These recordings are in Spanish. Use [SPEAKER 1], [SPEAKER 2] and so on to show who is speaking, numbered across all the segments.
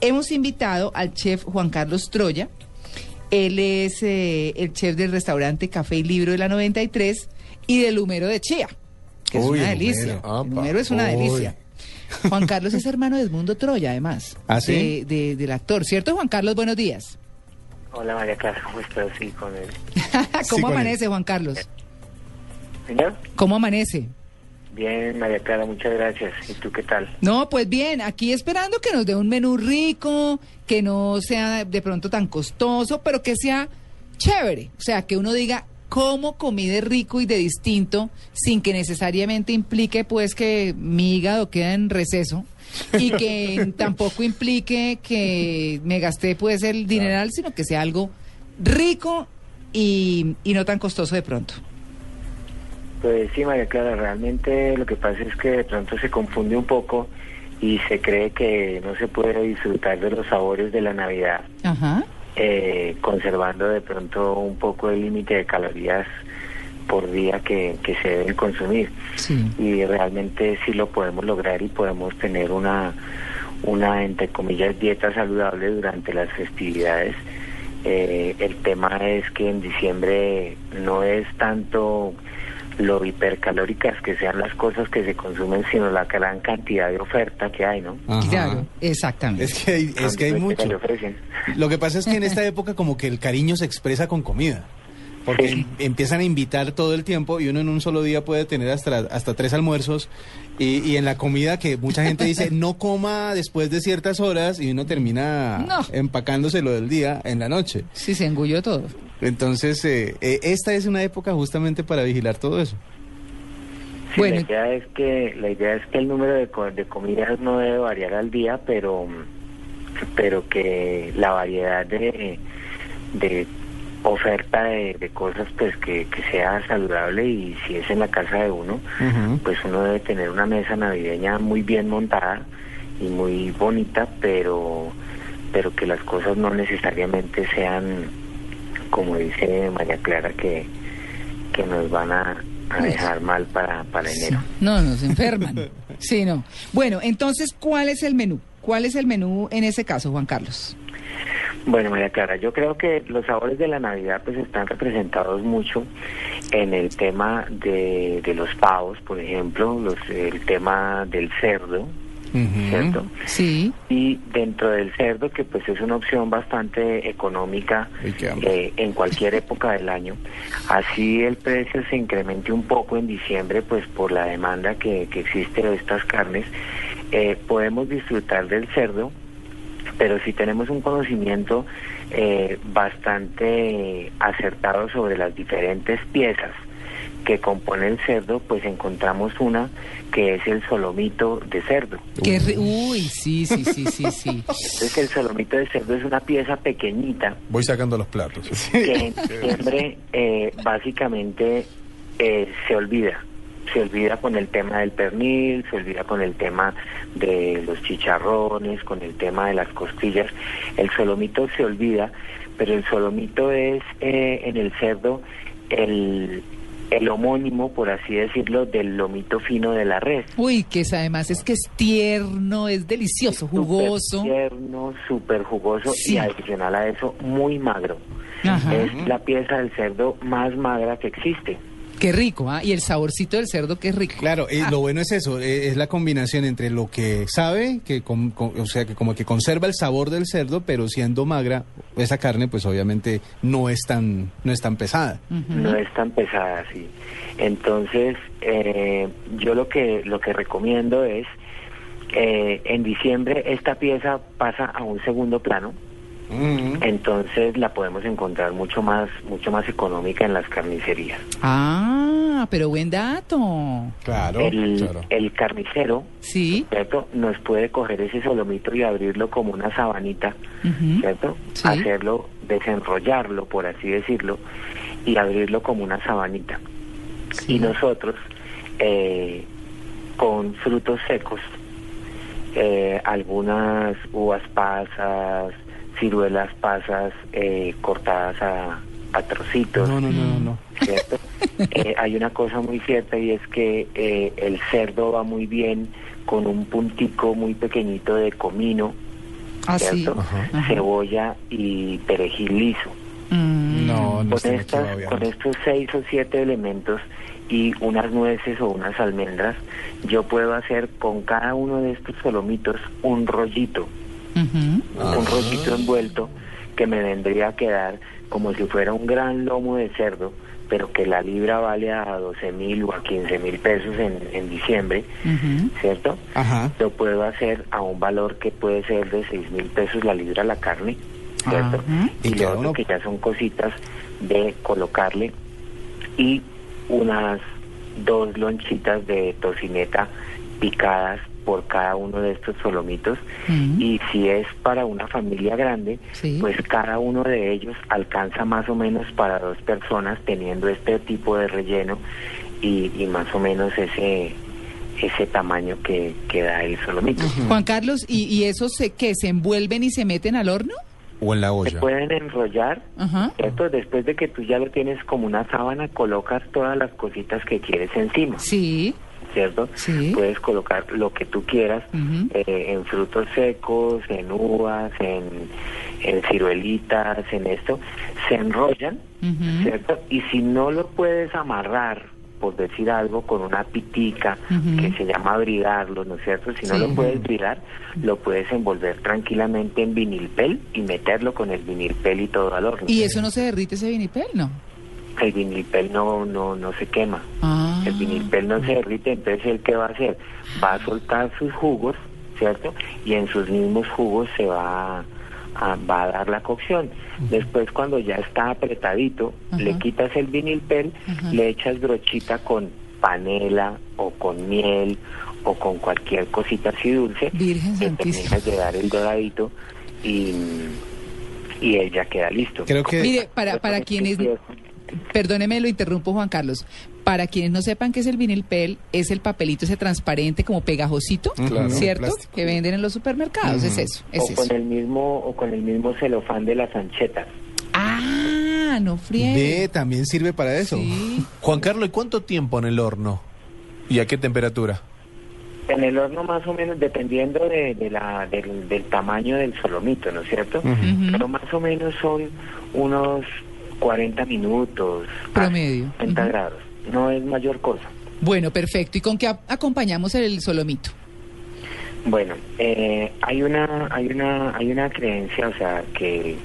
[SPEAKER 1] Hemos invitado al chef Juan Carlos Troya. Él es eh, el chef del restaurante Café y Libro de la 93 y del Humero de Chía, que
[SPEAKER 2] Uy,
[SPEAKER 1] es una
[SPEAKER 2] el
[SPEAKER 1] delicia.
[SPEAKER 2] Humero. Apa.
[SPEAKER 1] el Humero es una
[SPEAKER 2] Uy.
[SPEAKER 1] delicia. Juan Carlos es hermano de Edmundo Troya, además,
[SPEAKER 2] ¿Ah, sí?
[SPEAKER 1] de- de- del actor. ¿Cierto, Juan Carlos? Buenos días.
[SPEAKER 3] Hola María Clara, ¿cómo estás? Sí, con el
[SPEAKER 2] Sí,
[SPEAKER 1] ¿Cómo
[SPEAKER 2] con él.
[SPEAKER 1] amanece, Juan Carlos?
[SPEAKER 3] señor.
[SPEAKER 1] ¿Cómo amanece?
[SPEAKER 3] Bien, María Clara, muchas gracias. ¿Y tú qué tal?
[SPEAKER 1] No, pues bien, aquí esperando que nos dé un menú rico, que no sea de pronto tan costoso, pero que sea chévere. O sea, que uno diga cómo comí de rico y de distinto, sin que necesariamente implique pues que mi hígado queda en receso y que tampoco implique que me gasté pues el dineral, sino que sea algo rico y, y no tan costoso de pronto.
[SPEAKER 3] Pues sí, María Clara, realmente lo que pasa es que de pronto se confunde un poco y se cree que no se puede disfrutar de los sabores de la Navidad,
[SPEAKER 1] Ajá.
[SPEAKER 3] eh, conservando de pronto un poco el límite de calorías por día que, que se deben consumir.
[SPEAKER 1] Sí.
[SPEAKER 3] y realmente sí lo podemos lograr y podemos tener una una entre comillas dieta saludable durante las festividades Eh, el tema es que en diciembre no es tanto lo hipercalóricas que sean las cosas que se consumen sino la gran cantidad de oferta que hay no
[SPEAKER 2] Ajá.
[SPEAKER 1] Claro, exactamente.
[SPEAKER 2] Es que hay, es que hay
[SPEAKER 3] Tanto
[SPEAKER 2] mucho.
[SPEAKER 3] le ofrecen.
[SPEAKER 2] Lo que pasa es que en esta época como que el cariño se expresa con comida. Porque
[SPEAKER 3] Sí.
[SPEAKER 2] em- empiezan a invitar todo el tiempo y uno en un solo día puede tener hasta, hasta tres almuerzos y, y en la comida que mucha gente dice no coma después de ciertas horas y uno termina
[SPEAKER 1] No.
[SPEAKER 2] empacándose lo del día en la noche.
[SPEAKER 1] Sí, se engulló todo.
[SPEAKER 2] Entonces, eh, eh, esta es una época justamente para vigilar todo eso.
[SPEAKER 3] Sí,
[SPEAKER 1] Bueno.
[SPEAKER 3] la idea es que la idea es que el número de, co- de comidas no debe variar al día, pero pero que la variedad de, de oferta de, de cosas pues que, que sea saludable y si es en la casa de uno, pues uno debe tener una mesa navideña muy bien montada y muy bonita, pero pero que las cosas no necesariamente sean como dice María Clara que que nos van a, a dejar mal para para
[SPEAKER 1] Sí.
[SPEAKER 3] enero.
[SPEAKER 1] No, nos enferman. Sí, no. Bueno, entonces, ¿cuál es el menú? ¿Cuál es el menú en ese caso, Juan Carlos?
[SPEAKER 3] Bueno, María Clara, yo creo que los sabores de la Navidad pues están representados mucho en el tema de, de los pavos, por ejemplo, los, el tema del cerdo,
[SPEAKER 2] Ujú.
[SPEAKER 3] ¿cierto?
[SPEAKER 1] Sí.
[SPEAKER 3] Y dentro del cerdo, que pues es una opción bastante económica
[SPEAKER 2] Uy, qué hambre.
[SPEAKER 3] eh, en cualquier época del año, así el precio se incremente un poco en diciembre, pues por la demanda que, que existe de estas carnes, eh, podemos disfrutar del cerdo pero sí tenemos un conocimiento eh, bastante acertado sobre las diferentes piezas que compone el cerdo, pues encontramos una que es el solomito de cerdo.
[SPEAKER 1] Qué ri- Uy, sí, sí, sí, sí, sí.
[SPEAKER 3] Entonces el solomito de cerdo es una pieza pequeñita
[SPEAKER 4] Voy sacando los platos.
[SPEAKER 3] que en diciembre eh, básicamente eh, se olvida. Se olvida con el tema del pernil, se olvida con el tema de los chicharrones, con el tema de las costillas. El solomito se olvida, pero el solomito es eh, en el cerdo el, el homónimo, por así decirlo, del lomito fino de la red.
[SPEAKER 1] Uy, que es- además es que es tierno, es delicioso, jugoso.
[SPEAKER 3] Súper tierno, súper jugoso
[SPEAKER 1] Sí.
[SPEAKER 3] y adicional a eso, muy magro.
[SPEAKER 1] Ajá.
[SPEAKER 3] Es la pieza del cerdo más magra que existe.
[SPEAKER 1] Qué rico, ¿ah? Y el saborcito del cerdo, qué rico.
[SPEAKER 2] Claro, eh, lo bueno es eso, eh, es la combinación entre lo que sabe, que com- com- o sea, que como que conserva el sabor del cerdo, pero siendo magra, esa carne pues obviamente no es tan no es tan pesada.
[SPEAKER 1] Ujú.
[SPEAKER 3] no es tan pesada sí entonces eh, yo lo que lo que recomiendo es eh, en diciembre esta pieza pasa a un segundo plano Mm. entonces la podemos encontrar mucho más mucho más económica en las carnicerías
[SPEAKER 1] Ah, pero buen dato.
[SPEAKER 2] Claro,
[SPEAKER 3] el, el carnicero
[SPEAKER 1] Sí.
[SPEAKER 3] ¿cierto? nos puede coger ese solomito y abrirlo como una sabanita
[SPEAKER 1] ujú.
[SPEAKER 3] ¿cierto?
[SPEAKER 1] Sí.
[SPEAKER 3] Hacerlo, desenrollarlo, por así decirlo, y abrirlo como una sabanita.
[SPEAKER 1] Sí.
[SPEAKER 3] Y nosotros, eh, con frutos secos, eh, algunas uvas pasas, ciruelas pasas eh, cortadas a, a trocitos,
[SPEAKER 2] No, no, no, no, no.
[SPEAKER 3] ¿cierto? Eh, hay una cosa muy cierta y es que eh, el cerdo va muy bien con un puntico muy pequeñito de comino,
[SPEAKER 1] Ah, sí.
[SPEAKER 3] ¿cierto?
[SPEAKER 2] Ajá.
[SPEAKER 1] Ajá.
[SPEAKER 3] Cebolla y perejil liso.
[SPEAKER 1] Mm.
[SPEAKER 2] No, no
[SPEAKER 3] Con,
[SPEAKER 2] está aquí,
[SPEAKER 3] estas, con
[SPEAKER 2] obviamente.
[SPEAKER 3] estos seis o siete elementos y unas nueces o unas almendras, yo puedo hacer con cada uno de estos solomitos un rollito,
[SPEAKER 1] Ujú.
[SPEAKER 2] Ah.
[SPEAKER 3] un rollito envuelto que me vendría a quedar como si fuera un gran lomo de cerdo, pero que la libra vale a 12 mil o a 15 mil pesos en, en diciembre,
[SPEAKER 1] Ujú.
[SPEAKER 3] ¿cierto?
[SPEAKER 2] Ajá.
[SPEAKER 3] Lo puedo hacer a un valor que puede ser de 6 mil pesos la libra la carne, ¿cierto?
[SPEAKER 1] Ajá.
[SPEAKER 2] Y
[SPEAKER 3] Y
[SPEAKER 2] queda
[SPEAKER 3] lo otro
[SPEAKER 2] uno-
[SPEAKER 3] que ya son cositas de colocarle y unas dos lonchitas de tocineta picadas por cada uno de estos solomitos
[SPEAKER 1] Mm.
[SPEAKER 3] y si es para una familia grande,
[SPEAKER 1] Sí.
[SPEAKER 3] pues cada uno de ellos alcanza más o menos para dos personas teniendo este tipo de relleno y, y más o menos ese ese tamaño que, que da el solomito.
[SPEAKER 1] Juan Carlos, ¿y, y esos se, que se envuelven y se meten al horno?
[SPEAKER 2] O en la
[SPEAKER 3] Se
[SPEAKER 2] olla.
[SPEAKER 3] pueden enrollar,
[SPEAKER 1] Ajá.
[SPEAKER 3] ¿cierto? Después de que tú ya lo tienes como una sábana, colocas todas las cositas que quieres encima,
[SPEAKER 1] Sí.
[SPEAKER 3] ¿cierto?
[SPEAKER 1] Sí.
[SPEAKER 3] Puedes colocar lo que tú quieras
[SPEAKER 1] Ujú.
[SPEAKER 3] eh, en frutos secos, en uvas, en, en ciruelitas, en esto, se enrollan,
[SPEAKER 1] Ujú.
[SPEAKER 3] ¿cierto? Y si no lo puedes amarrar, por decir algo, con una pitica
[SPEAKER 1] Ujú.
[SPEAKER 3] que se llama bridarlo, ¿no es cierto? Si no
[SPEAKER 1] Sí.
[SPEAKER 3] lo puedes bridar, lo puedes envolver tranquilamente en vinilpel y meterlo con el vinilpel y todo al horno.
[SPEAKER 1] ¿Y eso no se derrite ese vinipel? No.
[SPEAKER 3] El vinilpel no, no, no se quema.
[SPEAKER 1] Ah.
[SPEAKER 3] El vinilpel no se derrite, entonces él qué va a hacer? Va a soltar sus jugos, ¿cierto? Y en sus mismos jugos se va a, a- va a dar la cocción. Después cuando ya está apretadito,
[SPEAKER 1] Ajá.
[SPEAKER 3] le quitas el vinilpel,
[SPEAKER 1] Ajá.
[SPEAKER 3] le echas brochita con panela o con miel o con cualquier cosita así dulce.
[SPEAKER 1] Virgen
[SPEAKER 3] le
[SPEAKER 1] Santísima.
[SPEAKER 3] terminas de dar el doradito y, y él ya queda listo.
[SPEAKER 2] Creo que...
[SPEAKER 1] Mire, para, para quienes... Perdóneme, lo interrumpo, Juan Carlos. Para quienes no sepan qué es el vinilpel, es el papelito ese transparente como pegajosito,
[SPEAKER 2] Claro,
[SPEAKER 1] ¿cierto?
[SPEAKER 2] plástico.
[SPEAKER 1] Que venden en los supermercados, es eso, es
[SPEAKER 3] o con
[SPEAKER 1] eso.
[SPEAKER 3] el mismo o con el mismo celofán de las anchetas.
[SPEAKER 1] Ah, no
[SPEAKER 2] Ve,
[SPEAKER 1] friegue.
[SPEAKER 2] también sirve para eso.
[SPEAKER 1] Sí.
[SPEAKER 4] Juan Carlos, ¿y cuánto tiempo en el horno? ¿Y a qué temperatura?
[SPEAKER 3] En el horno más o menos, dependiendo de, de la, del, del tamaño del solomito, ¿no es cierto?
[SPEAKER 1] Ujú.
[SPEAKER 3] Pero más o menos son unos 40 minutos.
[SPEAKER 1] Promedio.
[SPEAKER 3] 30
[SPEAKER 1] Ujú.
[SPEAKER 3] grados. No es mayor cosa.
[SPEAKER 1] Bueno, perfecto. ¿Y con qué a- acompañamos el solomito?
[SPEAKER 3] Bueno, eh, hay una, hay una, hay una creencia, o sea, que,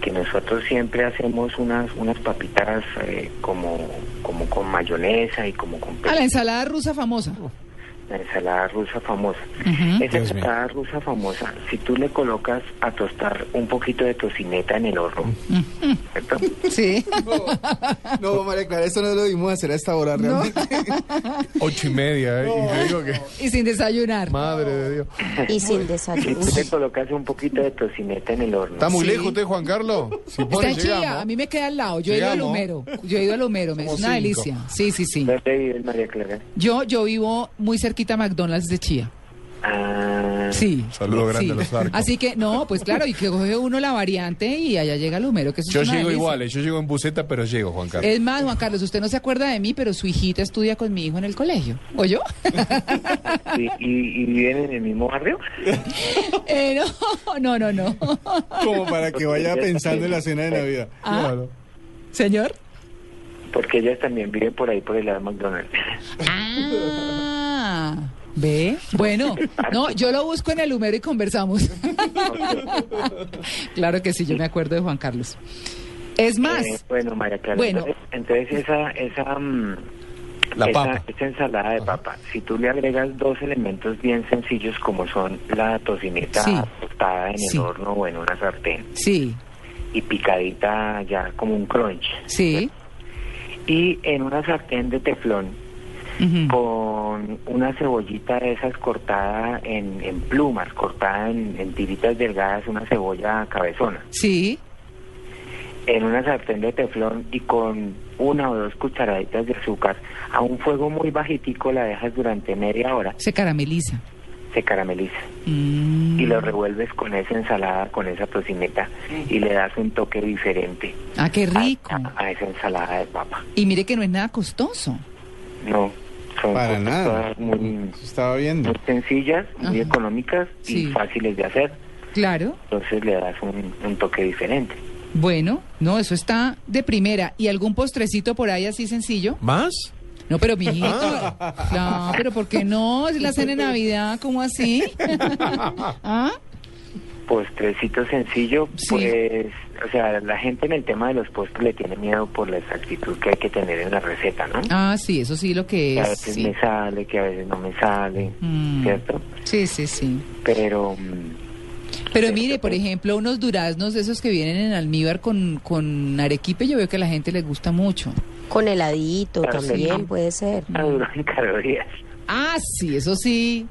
[SPEAKER 3] que nosotros siempre hacemos unas, unas papitas eh, como, como con mayonesa y como con
[SPEAKER 1] A la
[SPEAKER 3] pe-
[SPEAKER 1] ensalada rusa famosa.
[SPEAKER 3] la ensalada rusa famosa.
[SPEAKER 1] Ujú.
[SPEAKER 3] Esa
[SPEAKER 2] Dios mío.
[SPEAKER 3] ensalada rusa famosa, si tú le colocas a tostar un poquito de tocineta en el horno, ¿cierto?
[SPEAKER 1] Sí.
[SPEAKER 2] No, María Clara, esto no lo dimos hacer hasta ahora realmente.
[SPEAKER 4] Ocho y media, ¿eh? Y yo digo que...
[SPEAKER 1] Y sin desayunar.
[SPEAKER 4] Madre de Dios.
[SPEAKER 5] Y sin desayuno.
[SPEAKER 3] Tú le colocas un poquito de tocineta en el horno.
[SPEAKER 4] ¿Está muy
[SPEAKER 1] Sí.
[SPEAKER 4] lejos usted, Juan Carlos? Si
[SPEAKER 1] Está
[SPEAKER 4] pone,
[SPEAKER 1] en Chía,
[SPEAKER 4] llegamos.
[SPEAKER 1] a mí me queda al lado. Yo he ido al
[SPEAKER 4] Llegamos.
[SPEAKER 1] Homero. Yo he ido al Homero, me- es
[SPEAKER 4] Somos
[SPEAKER 1] una
[SPEAKER 4] cinco.
[SPEAKER 1] delicia. Sí, sí, sí.
[SPEAKER 3] ¿Dónde vives, María Clara?
[SPEAKER 1] Yo, yo vivo muy cerquita a McDonald's de Chía.
[SPEAKER 3] Ah,
[SPEAKER 1] Sí.
[SPEAKER 4] Saludo grande
[SPEAKER 1] sí.
[SPEAKER 4] a los arcos.
[SPEAKER 1] Así que, no, pues claro, y que coge uno la variante y allá llega el Homero, que eso es
[SPEAKER 4] Yo
[SPEAKER 1] una
[SPEAKER 4] llego
[SPEAKER 1] delicia.
[SPEAKER 4] igual, eh, yo llego en buceta, pero llego, Juan Carlos.
[SPEAKER 1] Es más, Juan Carlos, usted no se acuerda de mí, pero su hijita estudia con mi hijo en el colegio. ¿O yo?
[SPEAKER 3] ¿y, y, y viven en el mismo barrio?
[SPEAKER 1] Eh, no, no, no, no.
[SPEAKER 2] Como para que vaya pensando en la cena de Navidad.
[SPEAKER 1] Ah. Señor.
[SPEAKER 3] Porque ellas también viven por ahí, por el lado de McDonald's.
[SPEAKER 1] Ah, ¿Ve? Bueno, no, yo lo busco en el humero y conversamos. claro que sí, yo me acuerdo de Juan Carlos. Es más,
[SPEAKER 3] Eh, bueno, María Clara,
[SPEAKER 1] Bueno.
[SPEAKER 3] entonces, entonces esa, esa, mm,
[SPEAKER 4] La
[SPEAKER 3] esa,
[SPEAKER 4] papa.
[SPEAKER 3] esa ensalada de papa, si tú le agregas dos elementos bien sencillos como son la tocineta
[SPEAKER 1] Sí.
[SPEAKER 3] tostada en
[SPEAKER 1] Sí.
[SPEAKER 3] el horno o en una sartén
[SPEAKER 1] sí,
[SPEAKER 3] y picadita ya como un crunch
[SPEAKER 1] sí.
[SPEAKER 3] y en una sartén de teflón
[SPEAKER 1] ujú,
[SPEAKER 3] con una cebollita de esas cortada en, en plumas, cortada en, en tiritas delgadas, una cebolla cabezona.
[SPEAKER 1] Sí,
[SPEAKER 3] en una sartén de teflón y con una o dos cucharaditas de azúcar a un fuego muy bajitico la dejas durante media hora,
[SPEAKER 1] se carameliza.
[SPEAKER 3] se carameliza
[SPEAKER 1] Mm,
[SPEAKER 3] y lo revuelves con esa ensalada, con esa tocineta y le das un toque diferente
[SPEAKER 1] Ah, qué
[SPEAKER 3] a-
[SPEAKER 1] rico.
[SPEAKER 3] a, a esa ensalada de papa.
[SPEAKER 1] Y mire que no es nada costoso.
[SPEAKER 3] No, son
[SPEAKER 2] Para
[SPEAKER 3] cosas
[SPEAKER 2] nada.
[SPEAKER 3] todas muy,
[SPEAKER 2] Estaba viendo.
[SPEAKER 3] muy sencillas, muy
[SPEAKER 1] Mm. Ajá.
[SPEAKER 3] económicas
[SPEAKER 1] Sí.
[SPEAKER 3] y fáciles de hacer.
[SPEAKER 1] Claro.
[SPEAKER 3] Entonces le das un, un toque diferente.
[SPEAKER 1] Bueno, no, eso está de primera. ¿Y algún postrecito por ahí así sencillo?
[SPEAKER 4] ¿Más?
[SPEAKER 1] No, pero mijito, no, pero ¿por qué no? Es la cena de Navidad, ¿cómo así? ¿Ah?
[SPEAKER 3] Postrecito sencillo,
[SPEAKER 1] Sí.
[SPEAKER 3] pues, o sea, la gente en el tema de los postres le tiene miedo por la exactitud que hay que tener en la receta, ¿no?
[SPEAKER 1] Ah, sí, eso sí lo
[SPEAKER 3] que
[SPEAKER 1] que
[SPEAKER 3] a
[SPEAKER 1] es.
[SPEAKER 3] veces
[SPEAKER 1] Sí,
[SPEAKER 3] me sale, que a veces no me sale,
[SPEAKER 1] Mm.
[SPEAKER 3] ¿cierto?
[SPEAKER 1] sí, sí. sí.
[SPEAKER 3] Pero, mm,
[SPEAKER 1] Pero mire, por ejemplo, unos duraznos de esos que vienen en almíbar con, con arequipe, yo veo que a la gente les gusta mucho.
[SPEAKER 5] Con heladito
[SPEAKER 3] Claro,
[SPEAKER 5] también
[SPEAKER 3] sí.
[SPEAKER 5] puede ser.
[SPEAKER 3] está duro en calorías.
[SPEAKER 1] Ah, sí, eso sí.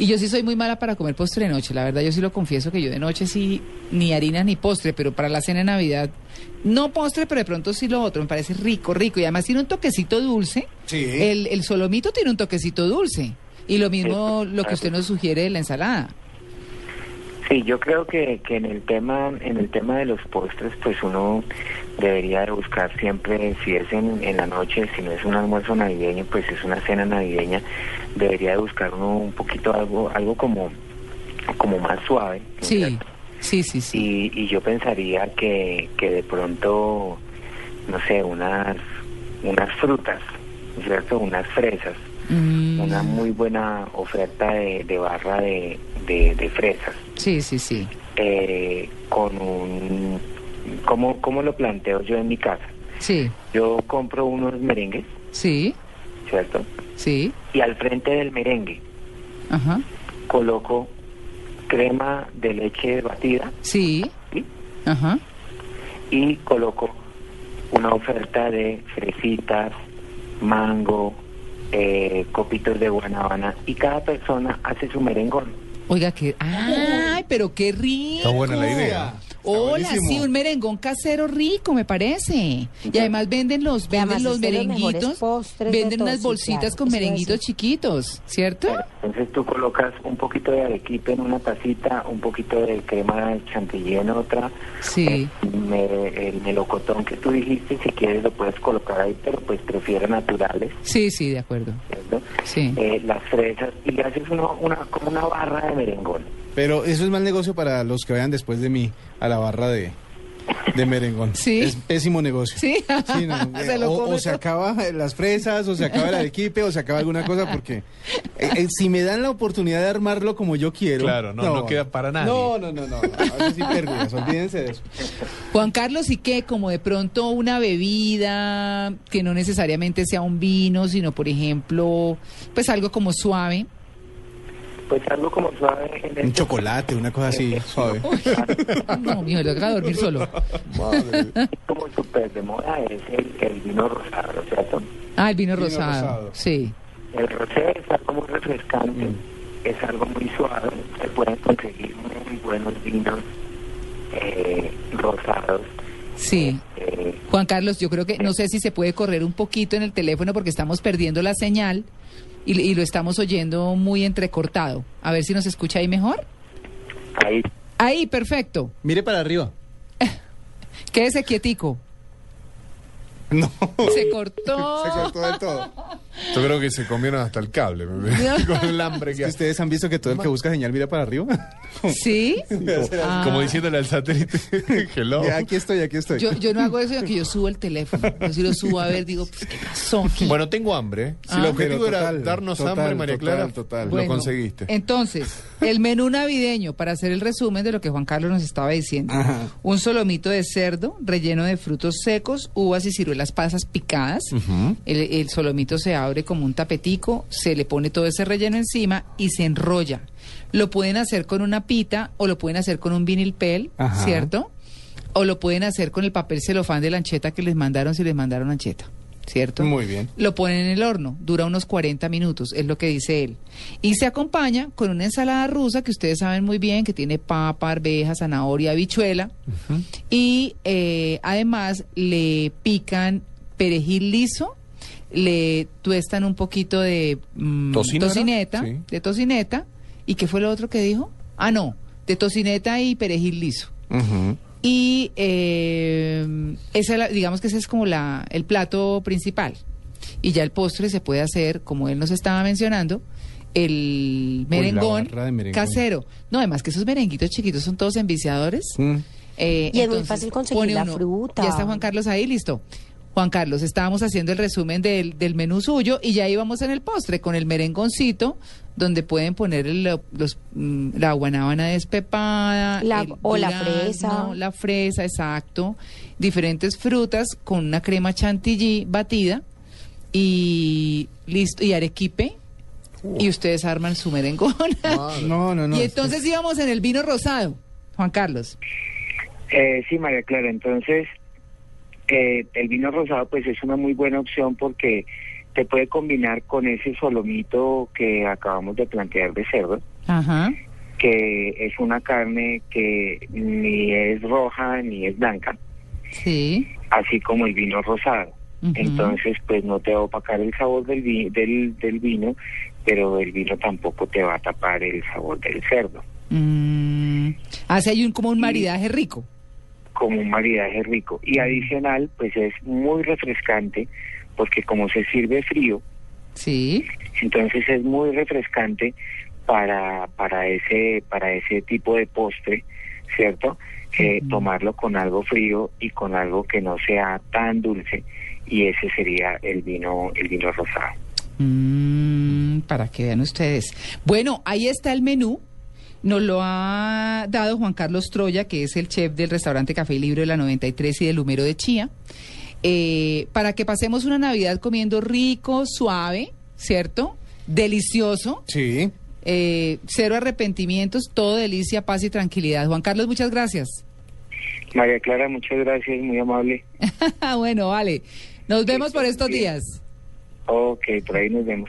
[SPEAKER 1] Y yo sí soy muy mala para comer postre de noche, la verdad, yo sí lo confieso que yo de noche sí, ni harina ni postre, pero para la cena de Navidad, no postre, pero de pronto sí lo otro, me parece rico, rico. Y además tiene un toquecito dulce.
[SPEAKER 2] Sí.
[SPEAKER 1] El, el solomito tiene un toquecito dulce. Y lo mismo lo que usted nos sugiere de la ensalada.
[SPEAKER 3] Sí, yo creo que, que en el tema en el tema de los postres, pues uno debería de buscar siempre, si es en, en la noche, si no es un almuerzo navideño, pues es una cena navideña, debería de buscar uno un poquito algo algo como como más suave. ¿no es
[SPEAKER 1] Sí,
[SPEAKER 3] cierto?
[SPEAKER 1] sí, sí, sí.
[SPEAKER 3] Y, y yo pensaría que, que de pronto, no sé, unas unas frutas, ¿no es ¿cierto? Unas fresas,
[SPEAKER 1] Mm,
[SPEAKER 3] una muy buena oferta de, de barra de- de, de fresas
[SPEAKER 1] sí, sí, sí.
[SPEAKER 3] eh, con un... ¿cómo, ¿Cómo lo planteo yo en mi casa?
[SPEAKER 1] Sí,
[SPEAKER 3] Yo compro unos merengues,
[SPEAKER 1] sí,
[SPEAKER 3] ¿cierto?
[SPEAKER 1] sí.
[SPEAKER 3] Y al frente del merengue
[SPEAKER 1] Ajá.
[SPEAKER 3] coloco crema de leche batida
[SPEAKER 1] Sí,
[SPEAKER 3] ¿sí?
[SPEAKER 1] ajá.
[SPEAKER 3] y coloco una oferta de fresitas, mango, eh, copitos de guanábana y cada persona hace su merengón.
[SPEAKER 1] Oiga, que. ¡Ay, pero qué rico!
[SPEAKER 4] Está buena la idea.
[SPEAKER 1] Hola,
[SPEAKER 2] buenísimo.
[SPEAKER 1] sí, un merengón casero rico, me parece. Y además venden los,
[SPEAKER 5] Además,
[SPEAKER 1] venden los
[SPEAKER 5] es de los mejores
[SPEAKER 1] merenguitos,
[SPEAKER 5] postres de
[SPEAKER 1] venden
[SPEAKER 5] todos,
[SPEAKER 1] unas
[SPEAKER 5] sí,
[SPEAKER 1] bolsitas con
[SPEAKER 5] claro, eso iba a
[SPEAKER 1] merenguitos
[SPEAKER 5] decir.
[SPEAKER 1] chiquitos, ¿cierto?
[SPEAKER 3] Entonces tú colocas un poquito de arequipe en una tacita, un poquito de crema chantilly en otra,
[SPEAKER 1] Sí.
[SPEAKER 3] Me- el melocotón que tú dijiste, si quieres lo puedes colocar ahí, pero pues prefiero naturales,
[SPEAKER 1] Sí, sí, de acuerdo.
[SPEAKER 3] ¿cierto?
[SPEAKER 1] Sí.
[SPEAKER 3] Eh, las fresas, y le haces uno- una, como una barra de merengón.
[SPEAKER 2] Pero eso es mal negocio para los que vayan después de mí a la barra de, de merengón.
[SPEAKER 1] Sí.
[SPEAKER 2] Es pésimo negocio.
[SPEAKER 1] Sí.
[SPEAKER 2] Sí, no,
[SPEAKER 1] Se lo
[SPEAKER 2] o,
[SPEAKER 1] come
[SPEAKER 2] o se
[SPEAKER 1] todo.
[SPEAKER 2] acaba las fresas, o se acaba el arequipe, o se acaba alguna cosa, porque eh, eh, si me dan la oportunidad de armarlo como yo quiero.
[SPEAKER 4] Claro, no, no queda para nadie.
[SPEAKER 2] No, no, no, no. no, eso sí, pérdidas, olvídense de eso.
[SPEAKER 1] Juan Carlos, ¿y qué? Como de pronto una bebida que no necesariamente sea un vino, sino por ejemplo, pues algo como suave.
[SPEAKER 3] Pues algo como suave en este
[SPEAKER 2] Un
[SPEAKER 3] el
[SPEAKER 2] chocolate, una cosa así, suave.
[SPEAKER 1] No, mijo, lo haga dormir solo.
[SPEAKER 3] como súper de moda es el, el vino rosado, ¿cierto?
[SPEAKER 1] Ah, el vino,
[SPEAKER 2] Vino
[SPEAKER 1] rosado.
[SPEAKER 2] rosado.
[SPEAKER 1] Sí.
[SPEAKER 3] El rosé es algo muy refrescante,
[SPEAKER 2] Mm.
[SPEAKER 3] es algo muy suave, se pueden conseguir muy buenos vinos eh, rosados.
[SPEAKER 1] Sí.
[SPEAKER 3] eh,
[SPEAKER 1] Juan Carlos, yo creo que no sé si se puede correr un poquito en el teléfono porque estamos perdiendo la señal y, y lo estamos oyendo muy entrecortado. A ver si nos escucha ahí mejor.
[SPEAKER 3] ahí
[SPEAKER 1] Ahí, perfecto.
[SPEAKER 2] Mire para arriba.
[SPEAKER 1] Quédese quietico.
[SPEAKER 2] No.
[SPEAKER 1] Se cortó.
[SPEAKER 2] Se cortó del todo.
[SPEAKER 4] Yo creo que se comieron hasta el cable, bebé. con el hambre
[SPEAKER 2] Es
[SPEAKER 4] que
[SPEAKER 2] que
[SPEAKER 4] hace.
[SPEAKER 2] ustedes han visto que todo el que busca señal mira para arriba.
[SPEAKER 1] ¿Sí? Ah.
[SPEAKER 4] Como diciéndole al satélite, hello.
[SPEAKER 2] Ya, aquí estoy, aquí estoy.
[SPEAKER 1] Yo, yo no hago eso, sino que yo subo el teléfono. Yo si lo subo a ver, digo, pues, ¿qué pasó aquí?
[SPEAKER 4] Bueno, tengo hambre. ¿eh? Si
[SPEAKER 1] Ah.
[SPEAKER 4] el objetivo
[SPEAKER 2] Pero
[SPEAKER 4] era
[SPEAKER 2] total,
[SPEAKER 4] darnos
[SPEAKER 2] total,
[SPEAKER 4] hambre, María
[SPEAKER 2] total,
[SPEAKER 4] Clara,
[SPEAKER 2] total.
[SPEAKER 4] lo
[SPEAKER 1] Bueno,
[SPEAKER 4] conseguiste.
[SPEAKER 1] Entonces, el menú navideño, para hacer el resumen de lo que Juan Carlos nos estaba diciendo.
[SPEAKER 2] Ajá.
[SPEAKER 1] Un solomito de cerdo relleno de frutos secos, uvas y ciruelas pasas picadas. el, el solomito se abre como un tapetico, se le pone todo ese relleno encima y se enrolla. Lo pueden hacer con una pita o lo pueden hacer con un vinil pel,
[SPEAKER 2] Ajá.
[SPEAKER 1] ¿cierto? O lo pueden hacer con el papel celofán de la ancheta que les mandaron si les mandaron ancheta, ¿cierto?
[SPEAKER 2] Muy bien.
[SPEAKER 1] Lo ponen en el horno, dura unos 40 minutos, es lo que dice él. Y se acompaña con una ensalada rusa que ustedes saben muy bien, que tiene papa, arveja, zanahoria, habichuela. Y eh, además le pican perejil liso, le tuestan un poquito de mm,
[SPEAKER 4] ¿Tocino era?
[SPEAKER 1] tocineta,
[SPEAKER 4] Sí.
[SPEAKER 1] de tocineta. ¿Y qué fue lo otro que dijo? Ah, no, de tocineta y perejil liso.
[SPEAKER 2] Ujú.
[SPEAKER 1] Y eh, esa, la- digamos que ese es como la, el plato principal. Y ya el postre se puede hacer, como él nos estaba mencionando, el merengón,
[SPEAKER 2] barra de merengón.
[SPEAKER 1] casero. No, además que esos merenguitos chiquitos son todos enviciadores.
[SPEAKER 2] Mm.
[SPEAKER 1] Eh,
[SPEAKER 5] Y es muy
[SPEAKER 1] entonces,
[SPEAKER 5] fácil conseguir
[SPEAKER 1] pone
[SPEAKER 5] la fruta.
[SPEAKER 1] Ya está Juan Carlos ahí, listo. Juan Carlos, estábamos haciendo el resumen del, del menú suyo y ya íbamos en el postre con el merengoncito, donde pueden poner el- los, mm, la guanábana despepada,
[SPEAKER 5] La-
[SPEAKER 1] el
[SPEAKER 5] o la
[SPEAKER 1] durazno,
[SPEAKER 5] fresa.
[SPEAKER 1] la fresa, exacto, diferentes frutas con una crema chantilly batida y listo y arequipe y ustedes arman su merengón.
[SPEAKER 2] No, Ah, no, no.
[SPEAKER 1] y entonces íbamos en el vino rosado, Juan Carlos.
[SPEAKER 3] Eh, sí, María Clara, entonces eh, el vino rosado pues es una muy buena opción porque te puede combinar con ese solomito que acabamos de plantear de cerdo,
[SPEAKER 1] Ajá.
[SPEAKER 3] que es una carne que ni es roja ni es blanca,
[SPEAKER 1] Sí.
[SPEAKER 3] así como el vino rosado.
[SPEAKER 1] Ujú.
[SPEAKER 3] Entonces pues no te va a opacar el sabor del, vi- del, del vino, pero el vino tampoco te va a tapar el sabor del cerdo.
[SPEAKER 1] Mm, hace ahí un, como un maridaje rico.
[SPEAKER 3] como un maridaje rico. Y adicional, pues es muy refrescante, porque como se sirve frío,
[SPEAKER 1] Sí.
[SPEAKER 3] entonces es muy refrescante para, para, ese, para ese tipo de postre, ¿cierto? Eh,
[SPEAKER 1] Ujú.
[SPEAKER 3] Tomarlo con algo frío y con algo que no sea tan dulce, y ese sería el vino, el vino rosado.
[SPEAKER 1] Mm, para que vean ustedes. Bueno, ahí está el menú. Nos lo ha dado Juan Carlos Troya, que es el chef del restaurante Café y Libro de la 93 y del Humero de Chía. Eh, para que pasemos una Navidad comiendo rico, suave, ¿cierto? Delicioso.
[SPEAKER 2] Sí.
[SPEAKER 1] eh, cero arrepentimientos, todo delicia, paz y tranquilidad. Juan Carlos, muchas gracias.
[SPEAKER 3] María Clara, muchas gracias, muy amable.
[SPEAKER 1] bueno, vale. Nos vemos por estos
[SPEAKER 3] bien.
[SPEAKER 1] días.
[SPEAKER 3] Ok, por ahí nos vemos.